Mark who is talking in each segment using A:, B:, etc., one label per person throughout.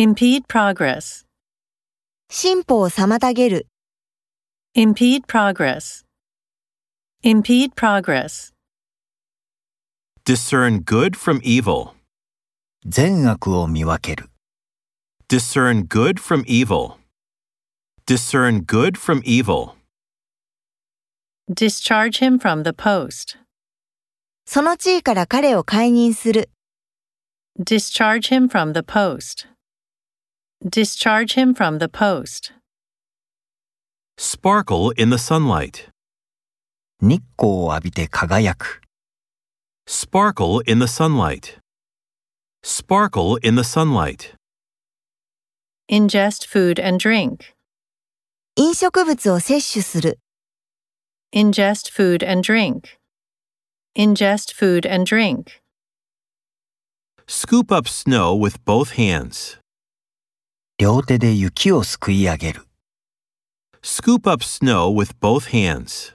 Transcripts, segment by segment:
A: impede progress,
B: 進歩を妨げる、
A: impede progress, impede progress,
C: Discern good from evil.
D: 善悪を見分ける
C: Discern good from evil. Discern good from evil.
A: discharge him from the post,
B: その地位から彼を解任する、
A: discharge him from the post, discharge him from the post,
C: Sparkle in the sunlight.
D: 日光を浴びて輝く
C: Sparkle in the sunlight. Sparkle in the sunlight.
A: ingest food and drink,
B: 飲食物を摂取する、
A: ingest food and drink, ingest food and drink,
C: Scoop up snow with both hands.
D: 両手で雪をすくい上げる
C: Scoop up snow with both hands.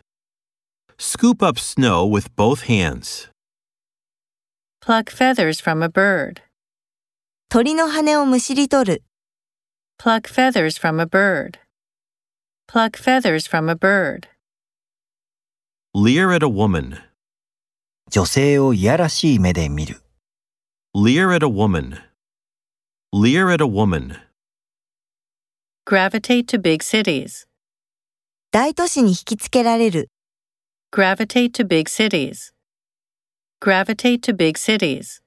C: Scoop up snow with both hands.
A: pluck feathers from a bird,
B: 鳥の羽をむしり取る、
A: pluck feathers from a bird, pluck feathers from a bird,
C: Leer at a woman.
D: 女性をいやらしい目で見る
C: Leer at a woman. Leer at a woman.
A: gravitate to big cities,
B: 大都市に引きつけられる。
A: gravitate to big cities, gravitate to big cities.